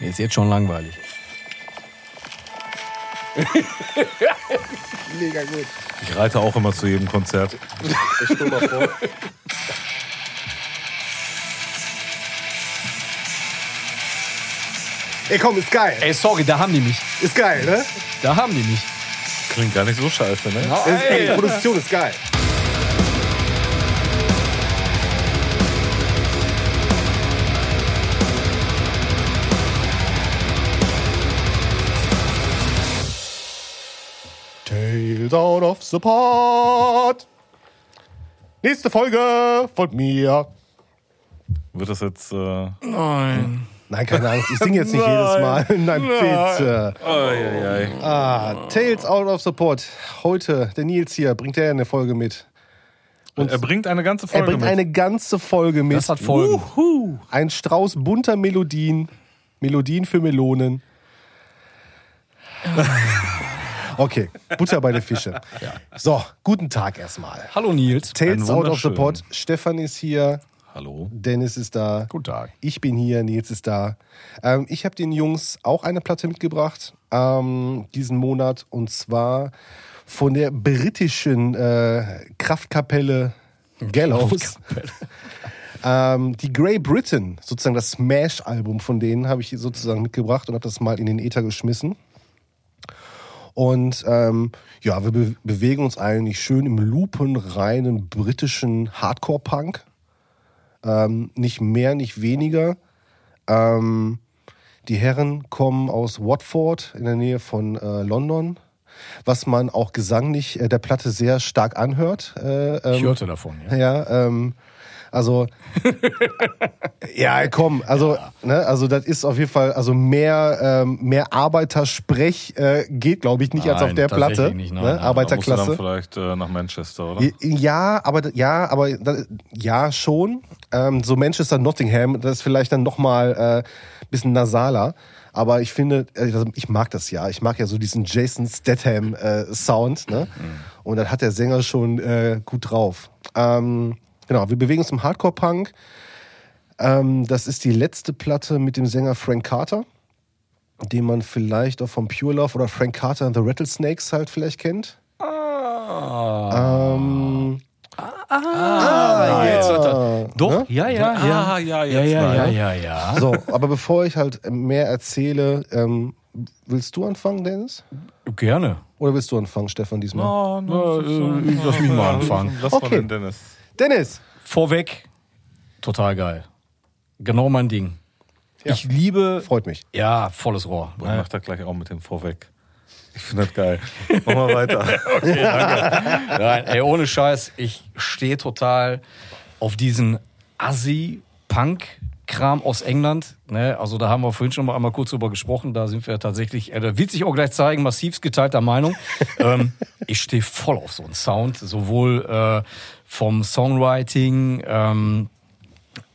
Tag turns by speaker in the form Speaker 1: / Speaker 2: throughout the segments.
Speaker 1: Mir ist jetzt schon langweilig.
Speaker 2: Mega gut.
Speaker 3: Ich reite auch immer zu jedem Konzert.
Speaker 4: Ich stell mal vor.
Speaker 2: Ey, komm, ist geil.
Speaker 1: Ey, sorry, da haben die mich.
Speaker 2: Ist geil, ne?
Speaker 1: Da haben die mich.
Speaker 3: Klingt gar nicht so scheiße, ne?
Speaker 2: Ey, ey, die Produktion ist geil. Tales out of the pot. Nächste Folge von mir.
Speaker 3: Wird das jetzt. Äh,
Speaker 1: Nein.
Speaker 2: Nein, keine Angst, ich singe jetzt nicht jedes Mal. Nein, bitte. Ah, Tales out of the pot. Heute, der Nils hier, bringt er eine Folge mit.
Speaker 3: er bringt eine ganze
Speaker 2: Er
Speaker 3: Folge
Speaker 2: bringt
Speaker 3: mit.
Speaker 2: eine ganze Folge mit.
Speaker 1: Das hat Folgen.
Speaker 2: Ein Strauß bunter Melodien. Melodien für Melonen. Okay, Butter bei den Fische. So, guten Tag erstmal.
Speaker 1: Hallo Nils.
Speaker 2: Tales out of the
Speaker 3: wunderschönen.
Speaker 2: pot. Stefan ist hier,
Speaker 3: Hallo.
Speaker 2: Dennis ist da.
Speaker 1: Guten Tag.
Speaker 2: Ich bin hier, Nils ist da. Ähm, ich habe den Jungs auch eine Platte mitgebracht ähm, diesen Monat und zwar von der britischen äh, Kraftkapelle Gallows. Ähm, die Grey Britain, sozusagen das Smash-Album von denen, habe ich hier sozusagen mitgebracht und habe das mal in den Äther geschmissen. Und ähm, ja, wir be bewegen uns eigentlich schön im lupenreinen britischen Hardcore-Punk. Ähm, nicht mehr, nicht weniger. Ähm, die Herren kommen aus Watford in der Nähe von äh, London, was man auch gesanglich äh, der Platte sehr stark anhört. Äh, ähm,
Speaker 1: Ich hörte davon, ja.
Speaker 2: ja, ähm, also. ja, komm, also, ne, also das ist auf jeden Fall, also mehr, ähm, mehr Arbeitersprech äh, geht, glaube ich, nicht als auf
Speaker 1: Nein,
Speaker 2: der
Speaker 1: tatsächlich
Speaker 2: Platte.
Speaker 1: nicht, nein,
Speaker 2: ne?
Speaker 1: nein, da
Speaker 3: Da musst du dann
Speaker 2: Arbeiterklasse.
Speaker 3: vielleicht äh, nach Manchester, oder?
Speaker 2: Ja, aber ja, aber da- ja schon. Ähm, so Manchester, Nottingham, das ist vielleicht dann noch mal äh, bisschen nasaler. Aber ich finde, äh, also ich mag das ja. Ich mag ja so diesen Jason Statham äh, Sound. Ne? Und dann hat der Sänger schon äh, gut drauf. Ähm, genau, wir bewegen uns im Hardcore Punk. Ähm, das ist die letzte Platte mit dem Sänger Frank Carter, den man vielleicht auch vom Pure Love oder Frank Carter and the Rattlesnakes halt vielleicht kennt.
Speaker 1: jetzt hat er. Doch, ja, ne? ja, ja.
Speaker 3: Ah, ja,
Speaker 1: Ja,
Speaker 3: jetzt
Speaker 1: ja,
Speaker 3: mal.
Speaker 1: ja, ja, ja.
Speaker 2: So, aber bevor ich halt mehr erzähle, ähm, willst du anfangen, Dennis?
Speaker 1: Gerne.
Speaker 2: Oder willst du anfangen, Stefan, diesmal?
Speaker 3: Oh,
Speaker 1: Äh, äh, lass mich mal anfangen.
Speaker 3: Lass
Speaker 2: Okay.
Speaker 3: mal den Dennis.
Speaker 2: Dennis!
Speaker 1: Vorweg, total geil. Genau mein Ding.
Speaker 2: Ja.
Speaker 1: Ich liebe. Äh.
Speaker 2: Freut mich.
Speaker 1: Ja, volles Rohr.
Speaker 3: Boah, macht er gleich auch mit dem Vorweg. Ich finde das geil. Mach mal weiter.
Speaker 1: Nein, ey, ohne Scheiß, ich stehe total auf diesen Assi-Punk-Kram aus England. Ne? Also da haben wir vorhin schon mal einmal kurz drüber gesprochen. Da sind wir tatsächlich, äh, da wird sich auch gleich zeigen, massivst geteilter Meinung. ähm, ich stehe voll auf so einen Sound, sowohl äh, vom Songwriting, ähm,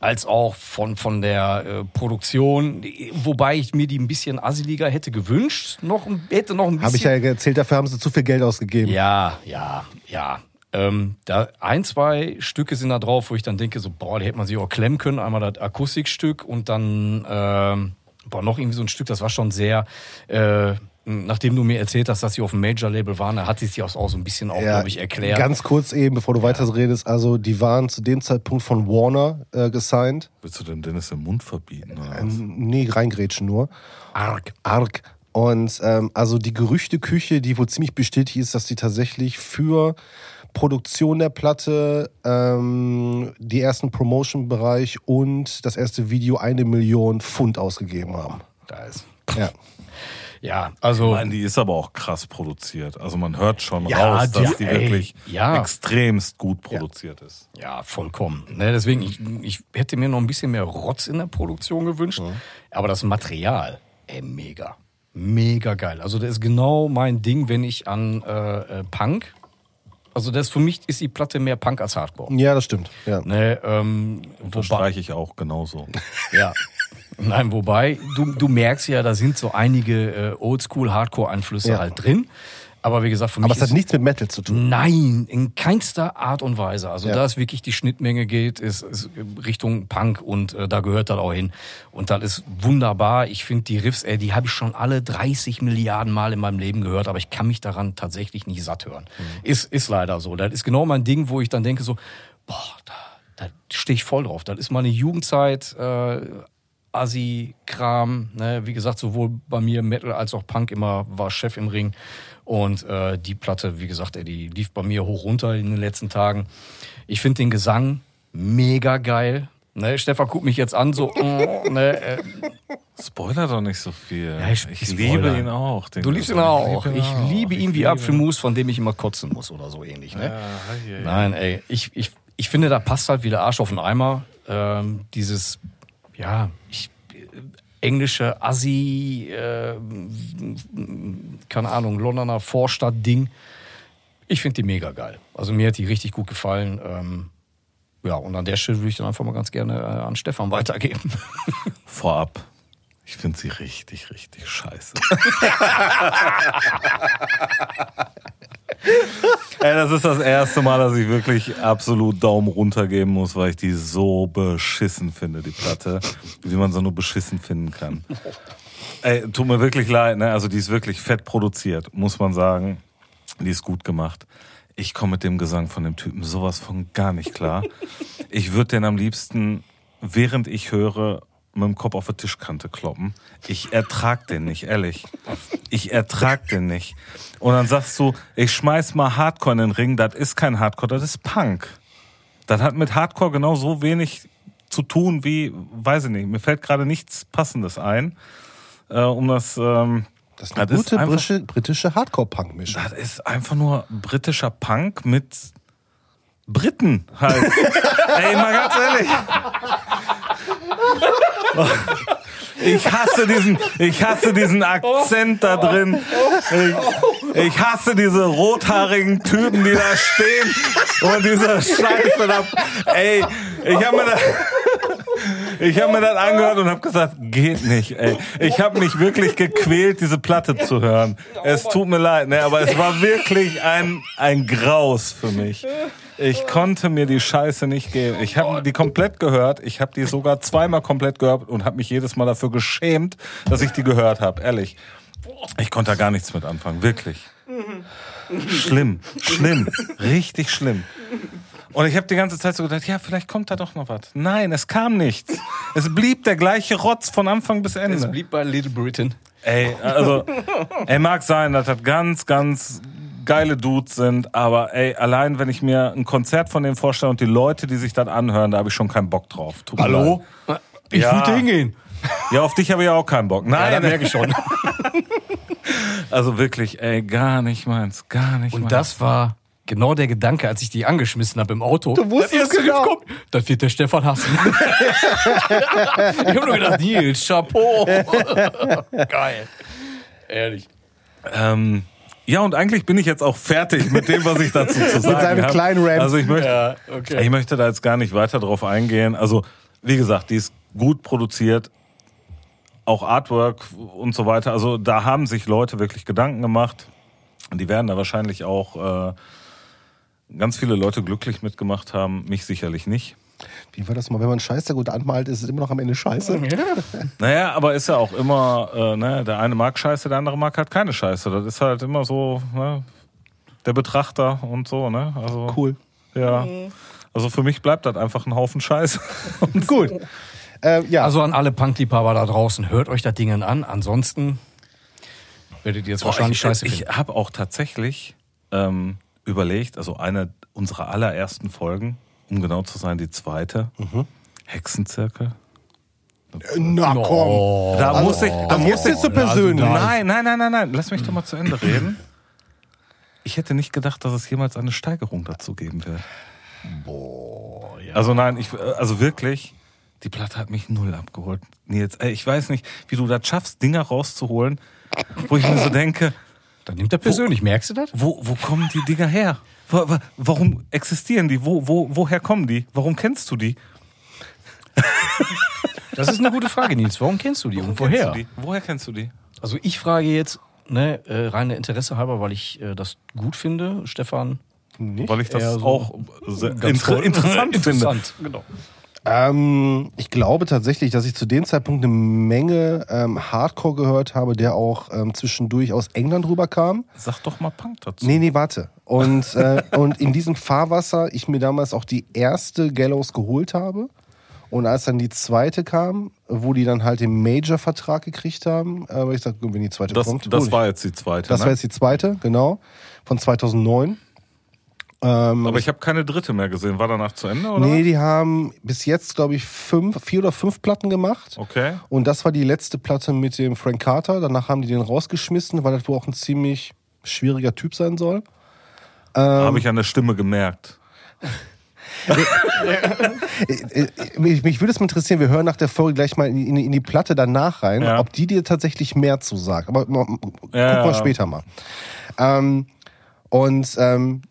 Speaker 1: als auch von, von der äh, Produktion, wobei ich mir die ein bisschen Assi-Liga hätte gewünscht, noch, ein- hätte noch ein bisschen.
Speaker 2: Habe ich ja erzählt, dafür haben sie zu viel Geld ausgegeben.
Speaker 1: Ja, ja, ja. Ähm, da ein, zwei Stücke sind da drauf, wo ich dann denke, so, boah, die hätte man sich auch klemmen können. Einmal das Akustikstück und dann ähm, boah, noch irgendwie so ein Stück, das war schon sehr, äh, nachdem du mir erzählt hast, dass sie auf dem Major-Label waren, da hat sie sich auch, auch so ein bisschen auch, glaube ich, erklärt.
Speaker 2: Ganz kurz eben, bevor du weiter redest, also die waren zu dem Zeitpunkt von Warner äh, gesigned.
Speaker 3: Willst du dem Dennis den Mund verbieten? Oder?
Speaker 1: Äh,
Speaker 3: was?
Speaker 2: Nee, reingrätschen nur.
Speaker 1: arg.
Speaker 2: Arg. Und ähm, also die Gerüchteküche, die wohl ziemlich bestätigt ist, dass die tatsächlich für Produktion der Platte, ähm, die ersten Promotion-Bereich und das erste Video eine Million Pfund ausgegeben haben.
Speaker 1: Da ist.
Speaker 2: Ja.
Speaker 1: Ja, also.
Speaker 3: Nein, die ist aber auch krass produziert. Also man hört schon
Speaker 1: Ja,
Speaker 3: raus, dass
Speaker 1: die-
Speaker 3: die,
Speaker 1: ey,
Speaker 3: wirklich
Speaker 1: ja.
Speaker 3: extremst gut produziert ist.
Speaker 1: Ja, vollkommen. Ne, deswegen, ich, ich hätte mir noch ein bisschen mehr Rotz in der Produktion gewünscht.
Speaker 2: Mhm.
Speaker 1: Aber das Material, ey, mega. Mega geil. Also, das ist genau mein Ding, wenn ich an äh, äh, Punk. Also, das für mich ist die Platte mehr Punk als Hardcore.
Speaker 2: ja, das stimmt. Ja.
Speaker 1: Ne, ähm,
Speaker 3: Das
Speaker 1: wobei,
Speaker 3: streiche ich auch genauso.
Speaker 1: ja. Nein, wobei, du, du merkst ja, da sind so einige äh, Oldschool-Hardcore-Einflüsse
Speaker 2: Ja.
Speaker 1: halt drin. Aber wie gesagt, für
Speaker 2: Aber
Speaker 1: mich
Speaker 2: es hat nichts mit Metal zu tun.
Speaker 1: Nein, in keinster Art und Weise. Also
Speaker 2: Ja.
Speaker 1: da ist wirklich die Schnittmenge geht, ist, ist Richtung Punk und äh, da gehört das auch hin. Und das ist wunderbar. Ich finde die Riffs, ey, die habe ich schon alle 30 Milliarden Mal in meinem Leben gehört, aber ich kann mich daran tatsächlich nicht satt hören.
Speaker 2: Mhm.
Speaker 1: Ist, ist leider so. Das ist genau mein Ding, wo ich dann denke so, boah, da, da stehe ich voll drauf. Das ist meine Jugendzeit, äh, Assi-Kram. Ne? Wie gesagt, sowohl bei mir Metal als auch Punk immer war Chef im Ring. Und äh, die Platte, wie gesagt, ey, die lief bei mir hoch runter in den letzten Tagen. Ich finde den Gesang mega geil. Ne? Stefan guckt mich jetzt an, so, mm, ne, äh,
Speaker 3: Spoiler doch nicht so viel.
Speaker 1: ich-
Speaker 3: ich
Speaker 1: ich
Speaker 3: liebe
Speaker 1: spoiler.
Speaker 3: ihn auch. den
Speaker 1: du liebst ihn
Speaker 3: Gesang.
Speaker 1: auch. Ich liebe ihn wie
Speaker 3: liebe-
Speaker 1: Apfelmus, von dem ich immer kotzen muss oder so ähnlich. Ne?
Speaker 3: Ja, hei, hei.
Speaker 1: Nein, ey, ich, ich, ich finde, da passt halt wie der Arsch auf den Eimer. Ähm, dieses, ja, ich, äh, englische Assi, äh, keine Ahnung, Londoner Vorstadt-Ding. Ich finde die mega geil. Also mir hat die richtig gut gefallen. Ähm, ja, und an der Stelle würde ich dann einfach mal ganz gerne äh, an Stefan weitergeben.
Speaker 3: Vorab. Ich finde sie richtig, richtig scheiße. Ey, das ist das erste Mal, dass ich wirklich absolut Daumen runter geben muss, weil ich die so beschissen finde, die Platte. Wie man sie nur beschissen finden kann. Ey, tut mir wirklich leid, ne? Also die ist wirklich fett produziert, muss man sagen. Die ist gut gemacht. Ich komme mit dem Gesang von dem Typen sowas von gar nicht klar. Ich würde den am liebsten, während ich höre, mit dem Kopf auf der Tischkante kloppen. Ich ertrag den nicht, ehrlich. Ich ertrag den nicht. Und dann sagst du, ich schmeiß mal Hardcore in den Ring. Das ist kein Hardcore, das ist Punk. Das hat mit Hardcore genau so wenig zu tun wie, weiß ich nicht, mir fällt gerade nichts Passendes ein, äh, um das... Ähm,
Speaker 2: Das ist eine
Speaker 3: das
Speaker 2: gute
Speaker 3: einfach-
Speaker 2: britische, britische Hardcore-Punk-Mischung.
Speaker 3: das ist einfach nur britischer Punk mit Briten halt. Ey, mal ganz ehrlich. Ich hasse diesen, ich hasse diesen Akzent da drin. Ich, ich hasse diese rothaarigen Typen, die da stehen und diese Scheiße da. Ey, ich habe mir da. Ich habe mir das angehört und habe gesagt, geht nicht, ey. Ich habe mich wirklich gequält, diese Platte zu hören. Es tut mir leid, ne, aber es war wirklich ein, ein Graus für mich. Ich konnte mir die Scheiße nicht geben. Ich habe die komplett gehört. Ich habe die sogar zweimal komplett gehört und habe mich jedes Mal dafür geschämt, dass ich die gehört habe. Ehrlich. Ich konnte da gar nichts mit anfangen. Wirklich. Schlimm. Schlimm. Richtig schlimm. Und ich habe die ganze Zeit so gedacht, ja, vielleicht kommt da doch noch was. Nein, es kam nichts. Es blieb der gleiche Rotz von Anfang bis Ende.
Speaker 1: Es blieb bei Little Britain.
Speaker 3: Ey, also, ey, mag sein, dass das ganz, ganz geile Dudes sind, aber ey, allein wenn ich mir ein Konzert von denen vorstelle und die Leute, die sich das anhören, da habe ich schon keinen Bock drauf. Tut mir leid.
Speaker 1: Ich
Speaker 3: Ja.
Speaker 1: würde hingehen.
Speaker 3: Ja, auf dich habe ich auch keinen Bock.
Speaker 1: Ja, da
Speaker 3: Nein,
Speaker 1: merke ich schon.
Speaker 3: also wirklich, ey, gar nicht meins, gar nicht meins.
Speaker 1: Und das war genau der Gedanke, als ich die angeschmissen habe im Auto. Du
Speaker 2: wusstest
Speaker 1: das erste
Speaker 2: genau.
Speaker 1: Riff kommt, das wird der Stefan hassen. ich habe nur gedacht, Nils, Chapeau. Geil. Ehrlich.
Speaker 3: Ähm, ja, und eigentlich bin ich jetzt auch fertig mit dem, was ich dazu zu sagen habe.
Speaker 2: seinem kleinen Rant.
Speaker 3: Also ich möchte,
Speaker 1: Ja, okay.
Speaker 3: ich möchte da jetzt gar nicht weiter drauf eingehen. Also, wie gesagt, die ist gut produziert, auch Artwork und so weiter. Also da haben sich Leute wirklich Gedanken gemacht. Und die werden da wahrscheinlich auch äh, ganz viele Leute glücklich mitgemacht haben. Mich sicherlich nicht.
Speaker 2: Wie war das mal? Wenn man Scheiße gut anmalt, ist es immer noch am Ende Scheiße.
Speaker 3: Naja, aber ist ja auch immer, äh, ne, der eine mag Scheiße, der andere mag halt keine Scheiße. Das ist halt immer so, ne, der Betrachter und so, ne? Also,
Speaker 2: Cool.
Speaker 3: Ja. Also für mich bleibt das einfach ein Haufen Scheiße.
Speaker 2: Gut. Ähm, ja,
Speaker 1: Also an alle Punkliebhaber da draußen, hört euch das Ding an. Ansonsten werdet ihr jetzt wahrscheinlich
Speaker 3: ich, äh,
Speaker 1: scheiße
Speaker 3: Ich
Speaker 1: finden.
Speaker 3: habe auch tatsächlich ähm, überlegt, also eine unserer allerersten Folgen, um genau zu sein, die zweite,
Speaker 1: Mhm.
Speaker 3: Hexenzirkel.
Speaker 2: na komm.
Speaker 3: Da muss ich, da
Speaker 2: also jetzt
Speaker 3: muss ich Also,
Speaker 2: bist du persönlich.
Speaker 1: da-
Speaker 3: Nein, nein, nein, nein, nein. Lass mich doch mal zu Ende reden. Ich hätte nicht gedacht, dass es jemals eine Steigerung dazu geben wird. Boah, ja. Also nein, ich, also wirklich, die Platte hat mich null abgeholt. Nils, ey, ich weiß nicht, wie du das schaffst, Dinger rauszuholen, wo ich mir so denke,
Speaker 1: Dann nimmt er persönlich, merkst du das?
Speaker 3: wo, wo kommen die Dinger her? Wa- wa- Warum existieren die? Wo, wo, woher kommen die? Warum kennst du die?
Speaker 1: Das ist eine gute Frage, Nils. Warum kennst du die und
Speaker 3: Kennst
Speaker 1: woher?
Speaker 3: du die? Woher kennst du die?
Speaker 1: Also ich frage jetzt, ne, äh, reine Interesse halber, weil ich äh, das gut finde, Stefan.
Speaker 3: Weil ich das
Speaker 1: Eher so
Speaker 3: auch sehr
Speaker 1: ganz
Speaker 3: inter
Speaker 1: toll.
Speaker 3: interessant finde.
Speaker 1: Interessant, genau.
Speaker 2: Ähm, ich glaube tatsächlich, dass ich zu dem Zeitpunkt eine Menge ähm, Hardcore gehört habe, der auch ähm, zwischendurch aus England rüberkam.
Speaker 3: Sag doch mal Punk dazu.
Speaker 2: Nee, nee, warte. Und, äh, und in diesem Fahrwasser ich mir damals auch die erste Gallows geholt habe. Und als dann die zweite kam, wo die dann halt den Major-Vertrag gekriegt haben, äh, habe ich gesagt, wenn die zweite
Speaker 3: Das,
Speaker 2: kommt. hol
Speaker 3: das
Speaker 2: ich.
Speaker 3: war jetzt die zweite.
Speaker 2: das
Speaker 3: ne?
Speaker 2: war jetzt die zweite, genau. Von 2009. Ähm,
Speaker 3: Aber ich habe keine dritte mehr gesehen. War danach zu Ende, oder?
Speaker 2: Nee, die haben bis jetzt, glaube ich, fünf, vier oder fünf Platten gemacht.
Speaker 3: Okay.
Speaker 2: Und das war die letzte Platte mit dem Frank Carter. Danach haben die den rausgeschmissen, weil das wohl auch ein ziemlich schwieriger Typ sein soll. ähm,
Speaker 3: habe ich an der Stimme gemerkt.
Speaker 2: Äh, äh, Mich, mich würde es mal interessieren, wir hören nach der Folge gleich mal in, in, in die Platte danach rein,
Speaker 3: Ja.
Speaker 2: ob die dir tatsächlich mehr zusagt. Aber mal,
Speaker 3: Ja,
Speaker 2: guck mal
Speaker 3: ja.
Speaker 2: später mal. Ähm, und ähm,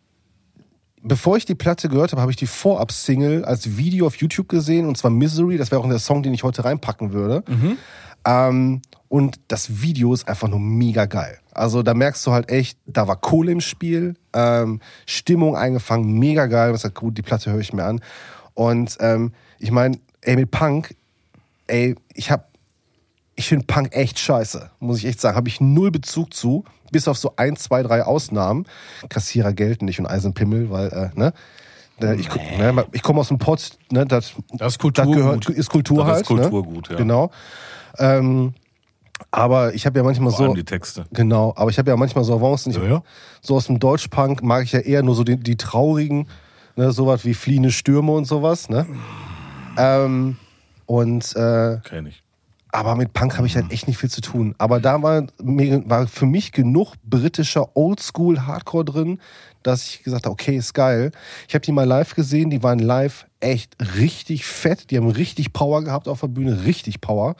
Speaker 2: bevor ich die Platte gehört habe, habe ich die Vorab-Single als Video auf YouTube gesehen und zwar Misery. Das wäre auch der Song, den ich heute reinpacken würde.
Speaker 3: Mhm.
Speaker 2: Ähm, und das Video ist einfach nur mega geil. Also da merkst du halt echt, da war Kohle im Spiel, ähm, Stimmung eingefangen, mega geil. Was sagt, gut, die Platte höre ich mir an. Und ähm, ich meine, ey, mit Punk, ey, ich hab, ich finde Punk echt scheiße, muss ich echt sagen. Habe ich null Bezug zu, bis auf so ein, zwei, drei Ausnahmen. Kassierer gelten nicht und Eisenpimmel, weil, äh, ne? Da- Ich, gu- ne, ich komme aus dem Pott, ne, das,
Speaker 1: Das ist Kulturgut.
Speaker 2: gehört, ist Kultur
Speaker 3: Das
Speaker 2: halt.
Speaker 3: ist Kulturgut,
Speaker 2: ne?
Speaker 3: ja.
Speaker 2: Genau. Ähm, aber ich habe ja manchmal
Speaker 3: Vor allem
Speaker 2: so.
Speaker 3: die Texte.
Speaker 2: Genau, aber ich habe ja manchmal so Avancen. Ich,
Speaker 1: Ja, ja.
Speaker 2: So aus dem Deutschpunk mag ich ja eher nur so die, die traurigen, ne, sowas wie fliehende Stürme und sowas. Ne? Ähm, und äh,
Speaker 3: Kenne ich.
Speaker 2: aber mit Punk habe ich halt echt nicht viel zu tun. Aber da war, mir, war für mich genug britischer Oldschool Hardcore drin, dass ich gesagt habe, okay, ist geil. Ich habe die mal live gesehen, die waren live echt richtig fett. Die haben richtig Power gehabt auf der Bühne, richtig Power.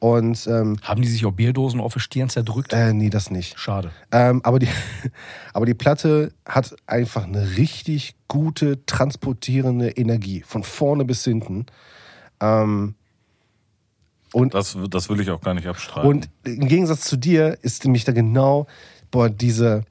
Speaker 2: Und ähm,
Speaker 1: Haben die sich auch Bierdosen auf die Stirn zerdrückt?
Speaker 2: äh, nee, das nicht.
Speaker 1: Schade.
Speaker 2: Ähm, aber, die, aber die Platte hat einfach eine richtig gute, transportierende Energie. Von vorne bis hinten.
Speaker 3: Das, das will ich auch gar nicht abstreiten.
Speaker 2: Und im Gegensatz zu dir ist nämlich da genau boah, diese,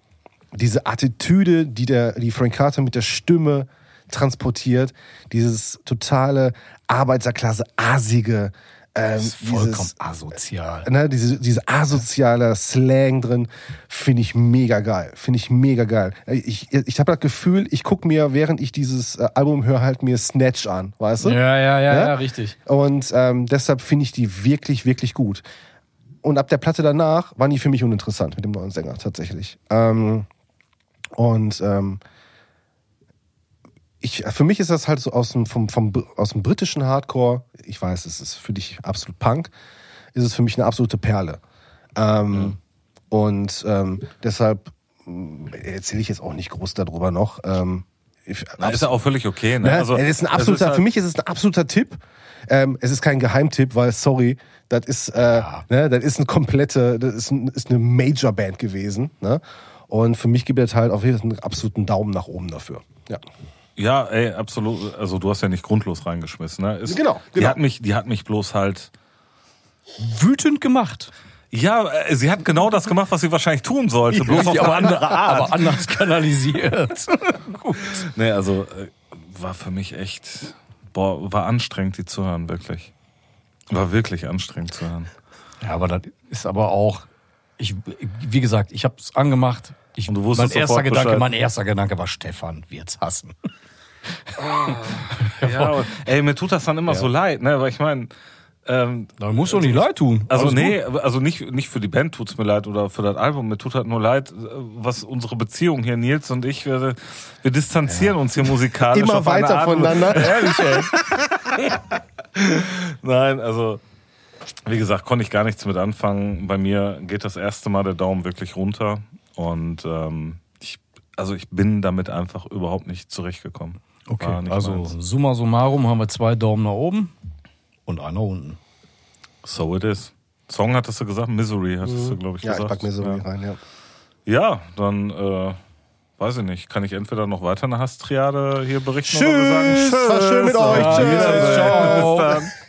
Speaker 2: diese Attitüde, die, der, die Frank Carter mit der Stimme transportiert, dieses totale Arbeiterklasse-asige, ähm,
Speaker 1: Das ist vollkommen
Speaker 2: dieses,
Speaker 3: Äh,
Speaker 1: asozial.
Speaker 2: ne, diese, diese asoziale Slang drin, finde ich mega geil. Finde ich mega geil. Ich, ich habe das Gefühl, ich gucke mir, während ich dieses äh, Album höre, halt mir Snatch an, weißt du?
Speaker 1: Ja, ja, ja,
Speaker 2: Ja?
Speaker 1: ja, richtig.
Speaker 2: Und ähm, deshalb finde ich die wirklich, wirklich gut. Und ab der Platte danach waren die für mich uninteressant mit dem neuen Sänger tatsächlich. Ähm, und ähm, ich, für mich ist das halt so aus dem, vom, vom, aus dem britischen Hardcore, ich weiß, es ist für dich absolut Punk, ist es für mich eine absolute Perle. Ähm, Und ähm, deshalb hm, erzähle ich jetzt auch nicht groß darüber noch. Ähm, ich,
Speaker 3: Na, ist ja auch völlig okay. Ne?
Speaker 2: Ne?
Speaker 3: Also,
Speaker 2: es ist ein
Speaker 3: es
Speaker 2: absoluter,
Speaker 3: halt-
Speaker 2: für mich ist es ein absoluter Tipp. Ähm, es ist kein Geheimtipp, weil sorry, das ist, äh, ne, das ist eine komplette, das ist, ein, ist eine Major Band gewesen. Ne? Und für mich gibt es halt auf jeden Fall einen absoluten Daumen nach oben dafür. Ja.
Speaker 3: Ja, ey, absolut. Also du hast ja nicht grundlos reingeschmissen. Ne? Ist,
Speaker 2: Genau,
Speaker 3: Die
Speaker 2: genau.
Speaker 3: hat mich, die hat mich bloß halt.
Speaker 1: Wütend gemacht.
Speaker 3: Ja, äh, sie hat genau das gemacht, was sie wahrscheinlich tun sollte, bloß auf
Speaker 1: Ja,
Speaker 3: eine andere Art.
Speaker 1: Aber anders kanalisiert. Gut.
Speaker 3: Nee, also äh, war für mich echt, boah, war anstrengend, die zu hören, wirklich. War wirklich anstrengend zu hören.
Speaker 1: Ja, aber das ist aber auch, ich, wie gesagt, ich habe es angemacht. Ich,
Speaker 3: Und du wusstest
Speaker 1: mein erster
Speaker 3: sofort
Speaker 1: Gedanke,
Speaker 3: Bescheid.
Speaker 1: mein erster Gedanke war Stefan wird's hassen.
Speaker 3: Ja, und, ey, mir tut das dann immer so leid, ne? Weil ich meine, ähm,
Speaker 1: Da muss doch nicht leid tun.
Speaker 3: also
Speaker 1: Alles
Speaker 3: nee,
Speaker 1: gut.
Speaker 3: also nicht, nicht für die Band tut's mir leid oder für das Album, mir tut halt nur leid, äh, was unsere Beziehung hier, Nils und ich, wir, wir distanzieren uns hier musikalisch.
Speaker 2: Immer
Speaker 3: auf eine
Speaker 2: weiter
Speaker 3: Art-
Speaker 2: voneinander.
Speaker 3: Ehrlich, ey. Nein, also wie gesagt, konnte ich gar nichts mit anfangen. Bei mir geht das erste Mal der Daumen wirklich runter und ähm, ich, also ich bin damit einfach überhaupt nicht zurechtgekommen. War
Speaker 1: Okay,
Speaker 3: Ah, nicht
Speaker 1: also
Speaker 3: meins.
Speaker 1: summa summarum haben wir zwei Daumen nach oben und einer unten.
Speaker 3: So it is. Song hattest du gesagt, Misery hattest du, glaube ich,
Speaker 2: Mhm. Ja, ich
Speaker 3: gesagt.
Speaker 2: pack mir so
Speaker 3: ja.
Speaker 2: rein, ja.
Speaker 3: ja, dann äh, weiß ich nicht. Kann ich entweder noch weiter eine Hastriade hier berichten oder wir sagen
Speaker 2: Tschüss, war schön mit euch,
Speaker 3: Ja,
Speaker 2: tschüss.
Speaker 3: wiedersehen.
Speaker 1: Ciao.
Speaker 3: Bis dann.